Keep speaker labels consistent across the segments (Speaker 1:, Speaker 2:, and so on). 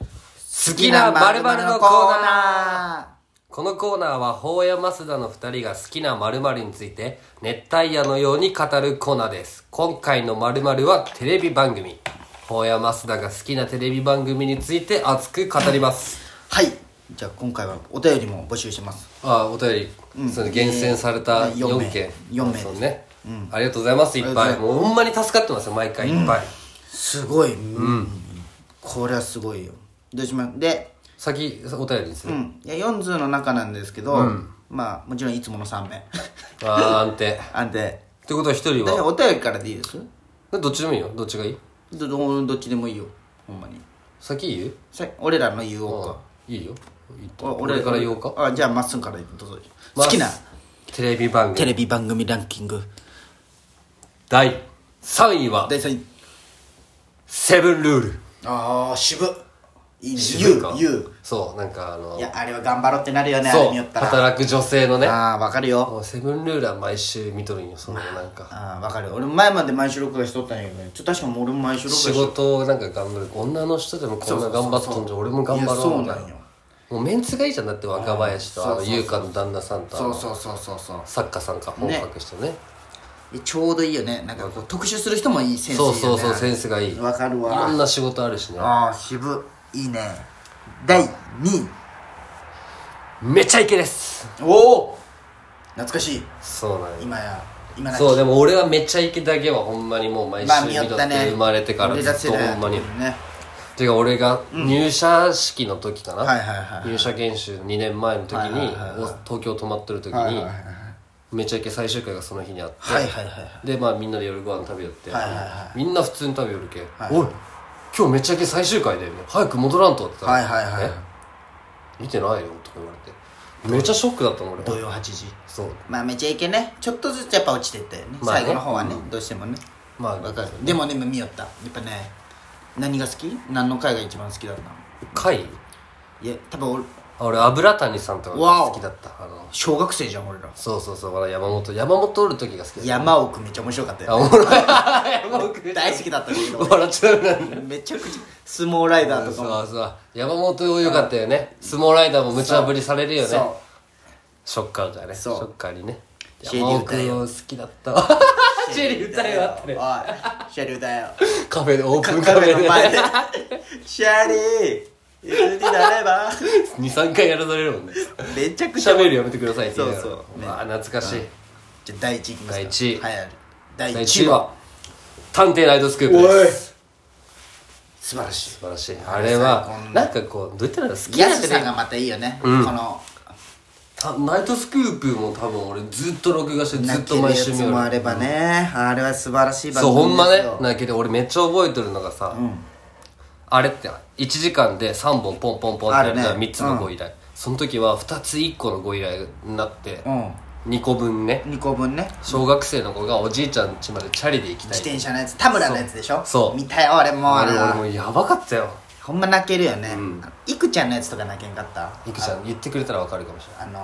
Speaker 1: 好
Speaker 2: きな〇〇のコーナ
Speaker 1: このコーナーは法や増田の2人が好きな〇〇について熱帯夜のように語るコーナーです今回の〇〇はテレビ番組法や増田が好きなテレビ番組について熱く語ります
Speaker 2: はいじゃあ今回はお便りも募集してます
Speaker 1: あお便り、その厳選された
Speaker 2: えー
Speaker 1: 4件、
Speaker 2: 四名
Speaker 1: そうね、ありがとうございますいっぱいもうほんまに助かってますよ毎回いっぱい、
Speaker 2: すごいうんこれはすごいよどうしますで
Speaker 1: 先お便りにす
Speaker 2: う
Speaker 1: る、
Speaker 2: んいや4通の中なんですけど、まあもちろんいつもの3名
Speaker 1: あー安定
Speaker 2: あんで
Speaker 1: ってことは1人
Speaker 2: 大体
Speaker 1: は
Speaker 2: お便りからでいいです
Speaker 1: どっちでもいいよどっちがいい
Speaker 2: どどどっちでもいいよほんまに
Speaker 1: 先言う
Speaker 2: さ俺らの言おう
Speaker 1: あ
Speaker 2: か
Speaker 1: いいよ言って
Speaker 2: お
Speaker 1: 俺から言おうか
Speaker 2: あじゃあまっすんからどうぞ
Speaker 1: ま
Speaker 2: 好
Speaker 1: あ
Speaker 2: きな
Speaker 1: テレビ番
Speaker 2: テ
Speaker 1: 組
Speaker 2: レビ番組ランキング
Speaker 1: 第3位は
Speaker 2: 第3位
Speaker 1: 「セブンルール
Speaker 2: ああ渋いいね」
Speaker 1: 渋いか
Speaker 2: 言う
Speaker 1: そうなんかあの
Speaker 2: いやあれは頑張ろうってなるよねあれ
Speaker 1: そう
Speaker 2: によったら
Speaker 1: 働く女性のね
Speaker 2: ああわかるよ
Speaker 1: もうセブンルールは毎週見とるんよそのなんか
Speaker 2: ああわかる俺前まで毎週録画しとったんやけどねちょっと確かも俺も毎週録画
Speaker 1: 仕
Speaker 2: しとっ
Speaker 1: 事をなんか頑張る女の人でもこんな頑張っとんじゃ俺も頑張ろうみたい
Speaker 2: いやそうなん
Speaker 1: な
Speaker 2: よ
Speaker 1: もうメンツがいいじゃんだって若林とあの優香の旦那さんとあ
Speaker 2: そう
Speaker 1: の
Speaker 2: そうそうそうそう
Speaker 1: 作家さんか本格してね
Speaker 2: えちょうどいいよねなんかこう特集する人もいいセンスいい
Speaker 1: そ
Speaker 2: よ
Speaker 1: う
Speaker 2: ね
Speaker 1: そうそうセンスがいいい
Speaker 2: わかる
Speaker 1: ろん
Speaker 2: わ
Speaker 1: な仕事あるしね
Speaker 2: ああ渋いいね第2位
Speaker 1: めちゃイケです
Speaker 2: おお懐かしい
Speaker 1: そうなんよ
Speaker 2: 今や今なき
Speaker 1: そうでも俺はめちゃイケだけはほんまにもう毎
Speaker 2: まあ
Speaker 1: 週
Speaker 2: 見
Speaker 1: 見
Speaker 2: よ
Speaker 1: とっ
Speaker 2: ってたね
Speaker 1: 生まれてから
Speaker 2: 俺
Speaker 1: ず
Speaker 2: ら
Speaker 1: っ
Speaker 2: 世
Speaker 1: と
Speaker 2: 代
Speaker 1: ほんまに
Speaker 2: やったもね
Speaker 1: ていうか俺が入社式の時かな、
Speaker 2: はいはいはいはい
Speaker 1: 入社研修2年前の時に、
Speaker 2: はいはいはい
Speaker 1: お東京泊まってる時に、
Speaker 2: はいはいはい
Speaker 1: めちゃイケ最終回がその日にあって、
Speaker 2: はいはいはい
Speaker 1: でまあみんなで夜ご飯食べよって、
Speaker 2: はいはいは
Speaker 1: みんな普通に食べよるけ、
Speaker 2: はい
Speaker 1: おい今日めちゃイケ最終回だよね早く戻らんとって言ったら
Speaker 2: はいはいはい
Speaker 1: え見てないよとか言われてめっちゃショックだったもん
Speaker 2: 土
Speaker 1: 俺
Speaker 2: 曜8時
Speaker 1: そう
Speaker 2: まあめちゃいけねちょっとずつやっぱ落ちてったよね,、
Speaker 1: まあね
Speaker 2: 最後の方はね、どうしてもね
Speaker 1: まあ
Speaker 2: わかるでもね今見よったやっぱね何が好き何の回が一番好きだったの
Speaker 1: 回
Speaker 2: いや多分俺
Speaker 1: あ俺油谷さんとかが好きだったあの
Speaker 2: 小学生じゃん俺ら
Speaker 1: そうそうそう、まだ山本。山本おる時が好きだった。
Speaker 2: 山奥めっちゃ面白かった
Speaker 1: あ、
Speaker 2: よ
Speaker 1: おもろい。山本くん。
Speaker 2: 大好きだったんだけど
Speaker 1: 笑っちゃうな。
Speaker 2: めちゃくちゃ相撲ライダーとかも
Speaker 1: そうそう。山本よかったよね。相撲ライダーも無茶ぶりされるよね。
Speaker 2: そ
Speaker 1: ショッカーがね。シ
Speaker 2: そう
Speaker 1: ョッカーにね。
Speaker 2: シェリー
Speaker 1: 山
Speaker 2: 歌え
Speaker 1: 本
Speaker 2: よ
Speaker 1: 好きだったわ。 シェリー歌えよあったね。
Speaker 2: おいシャリ歌えよ
Speaker 1: カフェで、オープンカ
Speaker 2: カ
Speaker 1: フェ
Speaker 2: メラ
Speaker 1: で
Speaker 2: の前 でシャリーいつになれば
Speaker 1: 2、3回やらされるもんね。
Speaker 2: めちゃくちゃ
Speaker 1: 喋るやめてくださいって言いなが
Speaker 2: そう
Speaker 1: ら
Speaker 2: そうね
Speaker 1: わあ、懐かしい。
Speaker 2: じゃあ第1位いきますか
Speaker 1: 第一位
Speaker 2: はいはい第
Speaker 1: 第
Speaker 2: 1
Speaker 1: 1
Speaker 2: 位
Speaker 1: 位
Speaker 2: は
Speaker 1: は、探偵ナイトスクープです。
Speaker 2: 素晴らしい
Speaker 1: 素晴らしい。あれは
Speaker 2: 最高、
Speaker 1: なんかこう、どういったら好きな
Speaker 2: や
Speaker 1: や
Speaker 2: す
Speaker 1: つ
Speaker 2: さ
Speaker 1: で
Speaker 2: んがまたいいよね、この
Speaker 1: たナイトスクープも多分俺ずっと録画してずっと毎週
Speaker 2: 泣
Speaker 1: 見
Speaker 2: けるやつ
Speaker 1: よ
Speaker 2: もあ
Speaker 1: る
Speaker 2: ればね、あれは素晴らしい番
Speaker 1: そう
Speaker 2: 組
Speaker 1: ほんま
Speaker 2: です
Speaker 1: ね
Speaker 2: よ
Speaker 1: だけど俺めっちゃ覚えてるのがさ、あれって1時間で3本ポンポンポンってやった
Speaker 2: あ
Speaker 1: ら
Speaker 2: るね
Speaker 1: 3つのご依頼、その時は2つ1個のご依頼になって
Speaker 2: う
Speaker 1: 2個分ね
Speaker 2: ん2個分ね
Speaker 1: 小学生の子がおじいちゃん家までチャリで行きたい
Speaker 2: 自転車のやつ田村のやつでしょ
Speaker 1: そう
Speaker 2: 見たよ俺もあ
Speaker 1: あ
Speaker 2: れ
Speaker 1: れ俺
Speaker 2: は
Speaker 1: もうやばかったよ
Speaker 2: ほんま泣けるよね、いくちゃんのやつとか泣けんかった
Speaker 1: いくちゃん言ってくれたらわかるかもしれない
Speaker 2: あ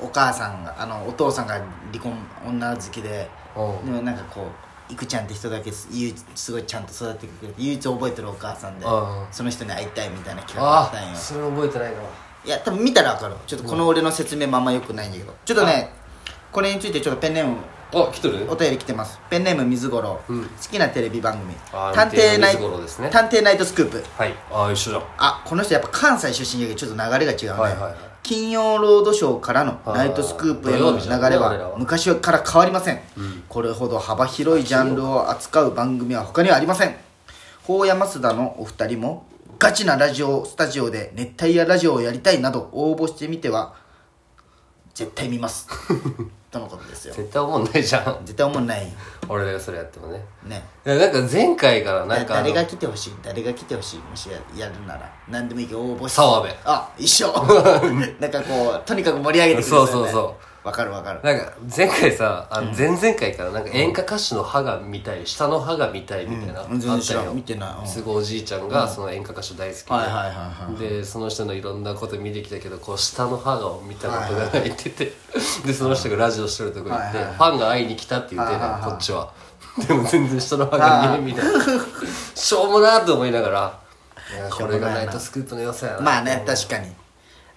Speaker 2: のー、お母さんがあのお父さんが離婚女好きで、
Speaker 1: うん
Speaker 2: でもなんかこういくちゃんって人だけす唯一すごいちゃんと育ってくれて唯一覚えてるお母さんで、
Speaker 1: うん
Speaker 2: その人に会いたいみたいな企画があったん
Speaker 1: あ
Speaker 2: よ
Speaker 1: あそれ覚えてないかない
Speaker 2: や多分見たら分かるちょっとこの俺の説明もあんまよくないんだけどちょっとねこれについてちょっとペンネーム
Speaker 1: あ来てる
Speaker 2: お便り来てますペンネーム水五郎、
Speaker 1: うん
Speaker 2: 好きなテレビ番組「
Speaker 1: あー
Speaker 2: 探偵ナ
Speaker 1: 見てる
Speaker 2: イ
Speaker 1: 水五郎ですね
Speaker 2: 探偵ナイトスクープ
Speaker 1: はいああ一緒じゃん」
Speaker 2: あこの人やっぱ関西出身だけどちょっと流れが違うね、
Speaker 1: はいはいはい
Speaker 2: 金曜ロードショーからのナイトスクープへの
Speaker 1: あー土曜日だね
Speaker 2: 流れ
Speaker 1: 我々
Speaker 2: は
Speaker 1: は
Speaker 2: 昔から変わりません、これほど幅広いジャンルを扱う番組は他にはありません法や増田のお二人もガチなラジオスタジオで熱帯夜ラジオをやりたいなど応募してみては絶対見ます とのことですよ
Speaker 1: 絶対思んないじゃん
Speaker 2: 絶対思んない
Speaker 1: 俺らがそれやってもね
Speaker 2: ね
Speaker 1: いやなんか前回からなんかあの
Speaker 2: 誰が来てほしい誰が来てほしいもしややるなら何でもいいけど応募して
Speaker 1: 澤部
Speaker 2: あ一緒 なんかこうとにかく盛り上げてくれる
Speaker 1: そうそうそう
Speaker 2: わかるわかる
Speaker 1: なんか前回さあの前々回からなんか演歌歌手の歯が見たい下の歯が見たいみたいな、
Speaker 2: うん全
Speaker 1: あ
Speaker 2: 然
Speaker 1: っ
Speaker 2: 知
Speaker 1: た
Speaker 2: らん
Speaker 1: よ
Speaker 2: 見てないうん
Speaker 1: すごいおじいちゃんがその演歌歌手大好きで、
Speaker 2: はいはいはいはい
Speaker 1: でその人のいろんなこと見てきたけどこう下の歯を見たことがないって言って、でその人がラジオしてるとこ行って、
Speaker 2: はいはいはい
Speaker 1: ファンが会いに来たって言って、ね
Speaker 2: はいはいはい
Speaker 1: こっちはでも全然下の歯が見えんみたいなしょうもなーと思いながらいや
Speaker 2: しょ
Speaker 1: こ
Speaker 2: うも
Speaker 1: れが
Speaker 2: な
Speaker 1: ナ
Speaker 2: い
Speaker 1: イ
Speaker 2: な
Speaker 1: トスクープの良さやな
Speaker 2: まあね確かに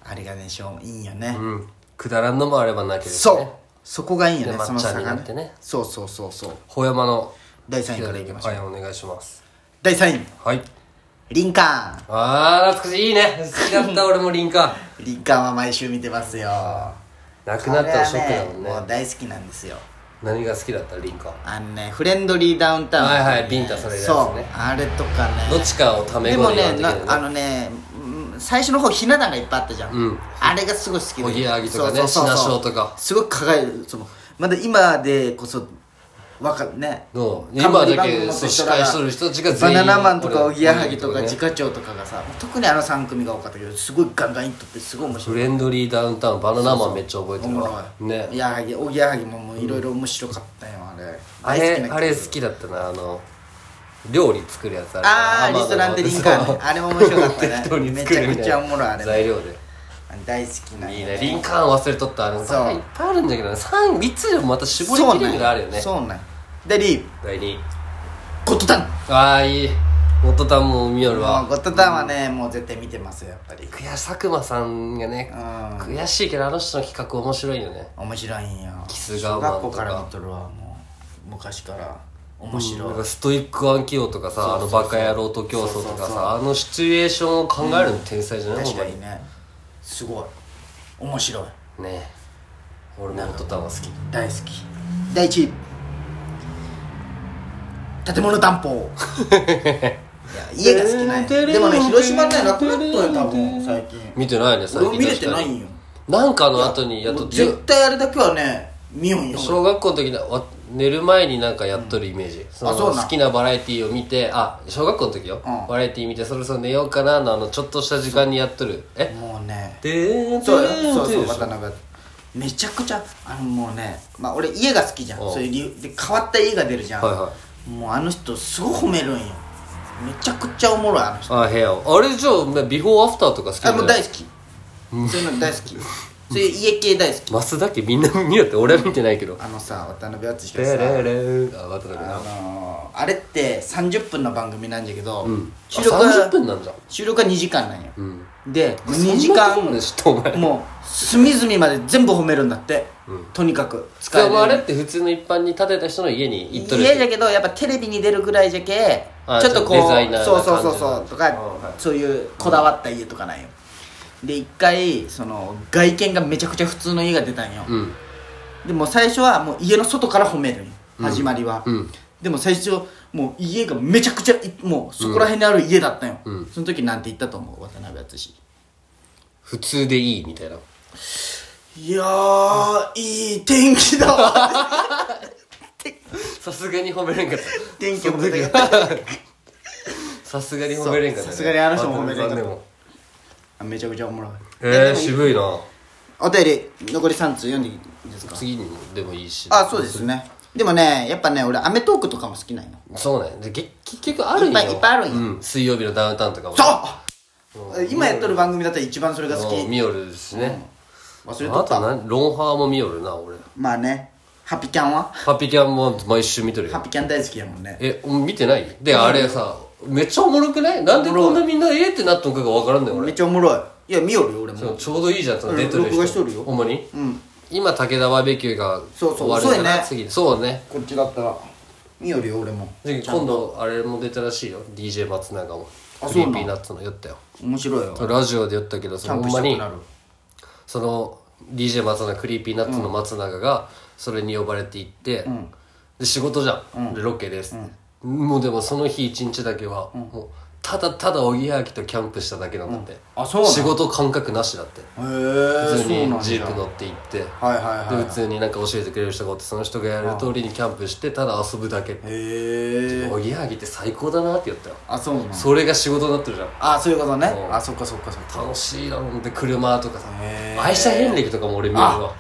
Speaker 2: あれがねしょういいよね、
Speaker 1: うんくだらんのもあればなければ、ね、
Speaker 2: そうそこがいいよね
Speaker 1: で
Speaker 2: その差
Speaker 1: 抹茶に
Speaker 2: が
Speaker 1: なっ
Speaker 2: ね
Speaker 1: てね
Speaker 2: そうそうそうそう
Speaker 1: ほやまの
Speaker 2: 第3位からいきましょう、
Speaker 1: はいお願いします
Speaker 2: 第3位
Speaker 1: はい
Speaker 2: リンカ
Speaker 1: あー懐かしいいいね好きだった俺もリン カ
Speaker 2: ーンリンカーンは毎週見てますよ
Speaker 1: なくなったらショックだもん
Speaker 2: あれはも
Speaker 1: ね
Speaker 2: う大好きなんですよ
Speaker 1: 何が好きだったリンカ
Speaker 2: あのねフレンドリーダウンタウン、
Speaker 1: はいはいビンタされるやつね
Speaker 2: そうあれとかね
Speaker 1: どっちかをため
Speaker 2: で
Speaker 1: ご
Speaker 2: も
Speaker 1: にやる
Speaker 2: ね
Speaker 1: とき
Speaker 2: な
Speaker 1: だよ
Speaker 2: あ
Speaker 1: ね
Speaker 2: のねうん最初の方ひな壇がいっぱいあったじゃん、
Speaker 1: うん
Speaker 2: あれがすごい好きで
Speaker 1: おぎやはぎとかね
Speaker 2: そうそうそ
Speaker 1: しな
Speaker 2: う
Speaker 1: しょうとか
Speaker 2: すごく輝いそのまだ今でこそわかるね
Speaker 1: どう今
Speaker 2: 冠
Speaker 1: だ
Speaker 2: 番
Speaker 1: け
Speaker 2: 組持って
Speaker 1: そ
Speaker 2: る
Speaker 1: う司
Speaker 2: 人ら
Speaker 1: 会
Speaker 2: が
Speaker 1: しとる人たちが全
Speaker 2: バ
Speaker 1: 員
Speaker 2: ナナマンとかおぎやはぎ
Speaker 1: 俺
Speaker 2: とか自家長とかがさ特にあの3組が多かったけどすごいガンガンいっとってすごい面白い
Speaker 1: フレンドリーダウンタウンバナナマンめっちゃ覚え
Speaker 2: お
Speaker 1: てる
Speaker 2: もろ
Speaker 1: わ
Speaker 2: い
Speaker 1: ね
Speaker 2: おぎやはぎおぎやはぎももういろいろ面白かったよあれ
Speaker 1: あ
Speaker 2: 大好き
Speaker 1: れ
Speaker 2: な
Speaker 1: あれ好きだったなあの料理作るやつある
Speaker 2: あーリストランテリンカーね
Speaker 1: そう
Speaker 2: あれも面白かったね
Speaker 1: 適当に作るみた
Speaker 2: めちゃくちゃおもろいあれも
Speaker 1: 材料で
Speaker 2: 大好きなんよ
Speaker 1: いいねリンカーン忘れとったあれ
Speaker 2: そう
Speaker 1: いっぱいあるんだけどね三三つでもまた絞りきれるのがあるよね
Speaker 2: そうなんよでリー
Speaker 1: 第二位
Speaker 2: ゴッドタン
Speaker 1: ああいいゴッドタンも見よるわ
Speaker 2: もうゴッドタンはねもう絶対見てますよやっぱり
Speaker 1: 悔し佐久間さんがね
Speaker 2: うん
Speaker 1: 悔しいけどあの人の企画面白いよね
Speaker 2: 面白いんよ
Speaker 1: キス顔
Speaker 2: 小
Speaker 1: マンとか
Speaker 2: 学校から見とるわもう昔から面白い、
Speaker 1: なんかストイック暗記王とかさあのバカ野郎と競争とかさあのシチュエーションを考えるの天才じゃないほん
Speaker 2: 確
Speaker 1: ま
Speaker 2: か
Speaker 1: に
Speaker 2: にねすごい面白い
Speaker 1: ね俺もゴッドタンは好き
Speaker 2: 大好き第1位建物担保 いや家が好きなんやでもね広島ねなくなったよ多分最近
Speaker 1: 見てないね最
Speaker 2: 俺も
Speaker 1: 近
Speaker 2: 見れてない
Speaker 1: 確か
Speaker 2: ん
Speaker 1: に
Speaker 2: よ
Speaker 1: なんかの後にやっと
Speaker 2: もう絶対あれだけはね見よんよ
Speaker 1: 小学校の時のわ寝る前になんかやっとるイメージ、その
Speaker 2: そうなん
Speaker 1: 好きなバラエティーを見てあ小学校の時よ、
Speaker 2: うん
Speaker 1: バラエティー見てそろそろ寝ようかなのあのちょっとした時間にやっとるえ
Speaker 2: もうね
Speaker 1: でーん
Speaker 2: そうよ
Speaker 1: でーん
Speaker 2: そう
Speaker 1: でー
Speaker 2: そ
Speaker 1: ん
Speaker 2: う
Speaker 1: でしょ
Speaker 2: 渡辺めちゃくちゃあのもうねまあ俺家が好きじゃん
Speaker 1: うん
Speaker 2: そういう理由で変わった家が出るじゃん、
Speaker 1: はいは
Speaker 2: もうあの人すごい褒めるんよめちゃくちゃおもろいあの人
Speaker 1: あ部屋をあれじゃあビフォーアフターとか好きじ
Speaker 2: あ
Speaker 1: ゃな
Speaker 2: もう
Speaker 1: い
Speaker 2: 大好きそういうの大好きそういう家系大好き
Speaker 1: マスだけみんな見よって俺は見てないけど
Speaker 2: あのさ渡辺淳
Speaker 1: レ
Speaker 2: がさ
Speaker 1: レレあ渡辺
Speaker 2: あ
Speaker 1: な
Speaker 2: のーあれって30分の番組なんじゃけど、
Speaker 1: うん
Speaker 2: 収録は
Speaker 1: 30分なんじゃん
Speaker 2: 収録は2時間なんよ、
Speaker 1: うん
Speaker 2: で2時
Speaker 1: そんな
Speaker 2: 間
Speaker 1: ことないしお前
Speaker 2: もう隅々まで全部褒めるんだって、
Speaker 1: うん
Speaker 2: とにかく使え
Speaker 1: で
Speaker 2: る
Speaker 1: もあれって普通の一般に建てた人の家に行っとる
Speaker 2: 家じゃけどやっぱテレビに出るぐらいじゃけ
Speaker 1: あ
Speaker 2: ちょっとこ
Speaker 1: デ
Speaker 2: う
Speaker 1: ザイナーな
Speaker 2: そうそうそ
Speaker 1: 感
Speaker 2: う
Speaker 1: じ
Speaker 2: そ
Speaker 1: の
Speaker 2: うとか、
Speaker 1: うんはい
Speaker 2: そういうこだわった家とかなんよで一回その外見がめちゃくちゃ普通の家が出たんよ、
Speaker 1: うん
Speaker 2: でも最初はもう家の外から褒めるんよ始まりは、
Speaker 1: うん
Speaker 2: でも最初もう家がめちゃくちゃいもうそこら辺にある家だったんよ、
Speaker 1: うん
Speaker 2: その時なんて言ったと思う渡辺淳
Speaker 1: 普通でいいみたいない
Speaker 2: やー、いい天気だわ
Speaker 1: さすがに褒めれんかった
Speaker 2: 天気も出て
Speaker 1: さすがに褒めれんかったね
Speaker 2: そうさすがにあの人も褒めれんかっ
Speaker 1: 渡辺
Speaker 2: た
Speaker 1: さでも
Speaker 2: めちゃくちゃおもろい
Speaker 1: えー、渋いな
Speaker 2: お便り残り3通読んでいいですか
Speaker 1: 次にでもいいし
Speaker 2: あそうですねでもねやっぱね俺『アメトーーク』とかも好きなんよ
Speaker 1: そうねで結結局あるんよ
Speaker 2: いっぱいいっぱいあるんよ
Speaker 1: うん、水曜日のダウンタウンとかも
Speaker 2: そう今やっとる番組だったら一番それが好き
Speaker 1: もう見よるしね、
Speaker 2: 忘れ
Speaker 1: あ
Speaker 2: と
Speaker 1: と
Speaker 2: った
Speaker 1: なロンハーも見よるな俺
Speaker 2: まあねハピキャンは
Speaker 1: ハッピーキャンも毎週見てる
Speaker 2: ハ
Speaker 1: よ
Speaker 2: ピキャン大好きやもんね
Speaker 1: え見てないであれさめっちゃおもろくないなんでこんなみんなええってなったのかが分からんねん
Speaker 2: めっ
Speaker 1: 俺
Speaker 2: ちゃおもろいいや見よるよ俺
Speaker 1: そ
Speaker 2: も
Speaker 1: うちょうどいいじゃんその出て
Speaker 2: う
Speaker 1: る人
Speaker 2: ん録画しとるよ
Speaker 1: ほんまに、
Speaker 2: うん
Speaker 1: 今武田バーベキューが
Speaker 2: そうそう
Speaker 1: 終わるから
Speaker 2: 遅い
Speaker 1: 次そうね
Speaker 2: こっちだったら見よるよ俺も
Speaker 1: で今度あれも出たらしいよ DJ 松永も
Speaker 2: あ
Speaker 1: ク
Speaker 2: そう
Speaker 1: リ
Speaker 2: なの
Speaker 1: ーピーナッツの酔ったよ
Speaker 2: 面白いよ
Speaker 1: ラジオで言ったけど
Speaker 2: キ
Speaker 1: そ
Speaker 2: ャ
Speaker 1: のほ
Speaker 2: ンプ
Speaker 1: ん
Speaker 2: し
Speaker 1: ま
Speaker 2: たく
Speaker 1: に
Speaker 2: なる
Speaker 1: その DJ 松永クリーピーナッツの松永がそれに呼ばれて行って、で仕事じゃん、でロケです、もうでもその日一日だけは、もうただただおぎやはぎとキャンプしただけなんだって、
Speaker 2: あそうなの
Speaker 1: 仕事感覚なしだって
Speaker 2: へえ
Speaker 1: 普通
Speaker 2: そうなん
Speaker 1: に
Speaker 2: だ
Speaker 1: ジープ乗って行って、
Speaker 2: はいはい
Speaker 1: で
Speaker 2: はい
Speaker 1: 普通になんか教えてくれる人がおってその人がやる通りにキャンプしてただ遊ぶだけ
Speaker 2: へえ
Speaker 1: おぎやはぎって最高だなって言ったよ、
Speaker 2: あそうなの
Speaker 1: それが仕事になってるじゃん
Speaker 2: あそういうことね
Speaker 1: うん
Speaker 2: あそっかそっかそっか
Speaker 1: 楽しいだろうって車とかさ
Speaker 2: へー
Speaker 1: 愛車遍歴とかも俺見るわ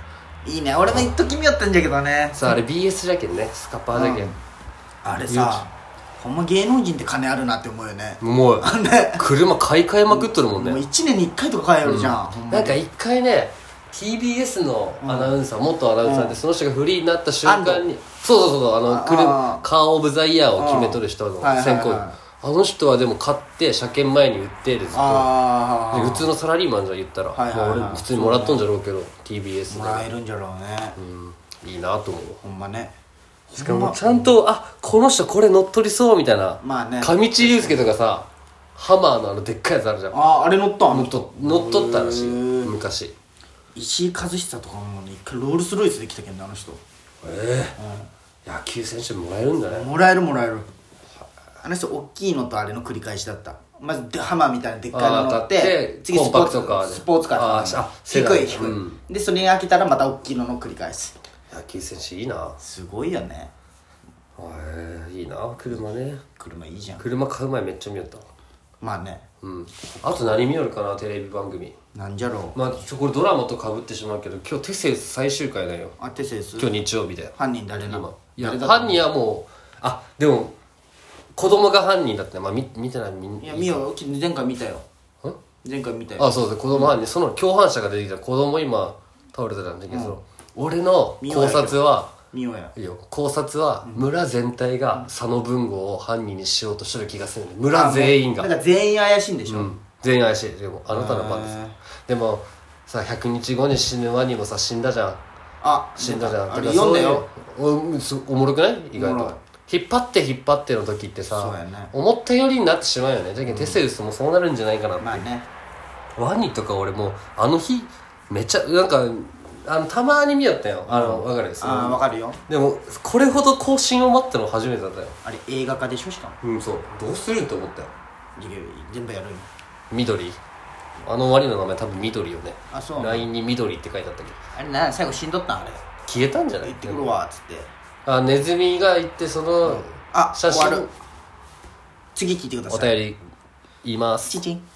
Speaker 2: いいね俺も一時見よったんじゃけどね
Speaker 1: さああれ BS じゃけんねスカパーじゃけん
Speaker 2: あれさほんま芸能人って金あるなって思うよね
Speaker 1: もう車買い替えまくっとるもん
Speaker 2: もう
Speaker 1: ね
Speaker 2: 1年に1回とか買えるじゃん、ほんま
Speaker 1: なん
Speaker 2: に
Speaker 1: か一回ね TBS のアナウンサー、元アナウンサーでその人がフリーになった瞬間にそうそうそうそうあの
Speaker 2: あ
Speaker 1: 車
Speaker 2: あ
Speaker 1: カー・オブ・ザ・イヤーを決めとる人の
Speaker 2: はいはいはい
Speaker 1: 選考員ああの人はでも買って車検前に売ってでずっと
Speaker 2: あ
Speaker 1: で
Speaker 2: あ
Speaker 1: 普通のサラリーマンじゃん言ったら、
Speaker 2: はいはいはい
Speaker 1: まあ俺普通にもらったんじゃろうけど TBS
Speaker 2: も
Speaker 1: で、
Speaker 2: らえるんじゃろうね、
Speaker 1: うん、いいなと思う
Speaker 2: ほんまね
Speaker 1: しかもちゃんとあこの人これ乗っ取りそうみたいな、
Speaker 2: まあね
Speaker 1: 上地雄介とかさハマーのあのでっかいやつあるじゃん
Speaker 2: あああれ乗ったあ
Speaker 1: 乗
Speaker 2: の
Speaker 1: っと
Speaker 2: 人
Speaker 1: 乗っ取ったらしい
Speaker 2: へー
Speaker 1: 昔
Speaker 2: 石井和久とかもね一回ロールスロイスで来たけんねあの人
Speaker 1: ええ野球選手もらえるんじゃない
Speaker 2: もらえるもらえるあの人大きいのとあれの繰り返しだったまずでハマーみたいなでっかいの乗っ
Speaker 1: あー買って
Speaker 2: て次
Speaker 1: コ
Speaker 2: ス
Speaker 1: ン
Speaker 2: ポ
Speaker 1: パ
Speaker 2: ー
Speaker 1: ク
Speaker 2: ツ
Speaker 1: トカーで
Speaker 2: スポーツカー
Speaker 1: あー
Speaker 2: だ
Speaker 1: あ
Speaker 2: 低
Speaker 1: セダン
Speaker 2: い低い、
Speaker 1: うん
Speaker 2: でそれに飽きたらまた大きいのの繰り返し
Speaker 1: 野球選手いいな
Speaker 2: すごいよね
Speaker 1: ええいいな車ね
Speaker 2: 車いいじゃん
Speaker 1: 車買う前めっちゃ見よった
Speaker 2: まあね
Speaker 1: うんあと何見よるかなテレビ番組
Speaker 2: なんじゃろう
Speaker 1: まあちょこれドラマとかぶってしまうけど今日テセウス最終回だよ
Speaker 2: あテセウス
Speaker 1: 今日日曜日だよ
Speaker 2: 犯人誰なの
Speaker 1: 今いや
Speaker 2: 誰だ
Speaker 1: 犯人はもうあでも子供が犯人だってまあ見見てないみん
Speaker 2: いや見よう前回見たよ前回見たよ
Speaker 1: あそうです子供犯人、その共犯者が出てきた子供今倒れてたんだけど、その俺の考察は
Speaker 2: 見ようや
Speaker 1: いいよ考察は村全体が佐野文豪を犯人にしようとしてる気がするんだよ村全員が
Speaker 2: だから全員怪しいんでしょ、
Speaker 1: うん全員怪しいでもあなたの番です
Speaker 2: へー
Speaker 1: でもさ100日後に死ぬワニもさ死んだじゃん
Speaker 2: あ
Speaker 1: 死んだじゃん
Speaker 2: あれ
Speaker 1: だから
Speaker 2: 読ん
Speaker 1: そうい
Speaker 2: だ
Speaker 1: う
Speaker 2: よ
Speaker 1: おすおもろくない意
Speaker 2: お
Speaker 1: 外
Speaker 2: もろ
Speaker 1: と引っ張って引っ張っての時ってさ
Speaker 2: そうやね
Speaker 1: 思ったよりになってしまうよねじゃけんテセウスもそうなるんじゃないかなって
Speaker 2: まあね
Speaker 1: ワニとか俺もうあの日めちゃなんかあのたまに見よったよあのわかるです
Speaker 2: ああわかるよ
Speaker 1: でもこれほど更新を待ったの初めてだったよ
Speaker 2: あれ映画化でしょしかも
Speaker 1: うんそうどうすると思ったよ
Speaker 2: いや全部やるよ
Speaker 1: 緑あのワニの名前多分緑よね
Speaker 2: あそうなの
Speaker 1: LINE に緑って書いてあったけど
Speaker 2: あれな最後しんどったんあれ
Speaker 1: 消えたんじゃない
Speaker 2: 行ってくるわっつって
Speaker 1: あネズミが行ってその
Speaker 2: あ
Speaker 1: 写真
Speaker 2: 終わる次聞いてくだ
Speaker 1: お
Speaker 2: さい
Speaker 1: 便り言います
Speaker 2: チンチン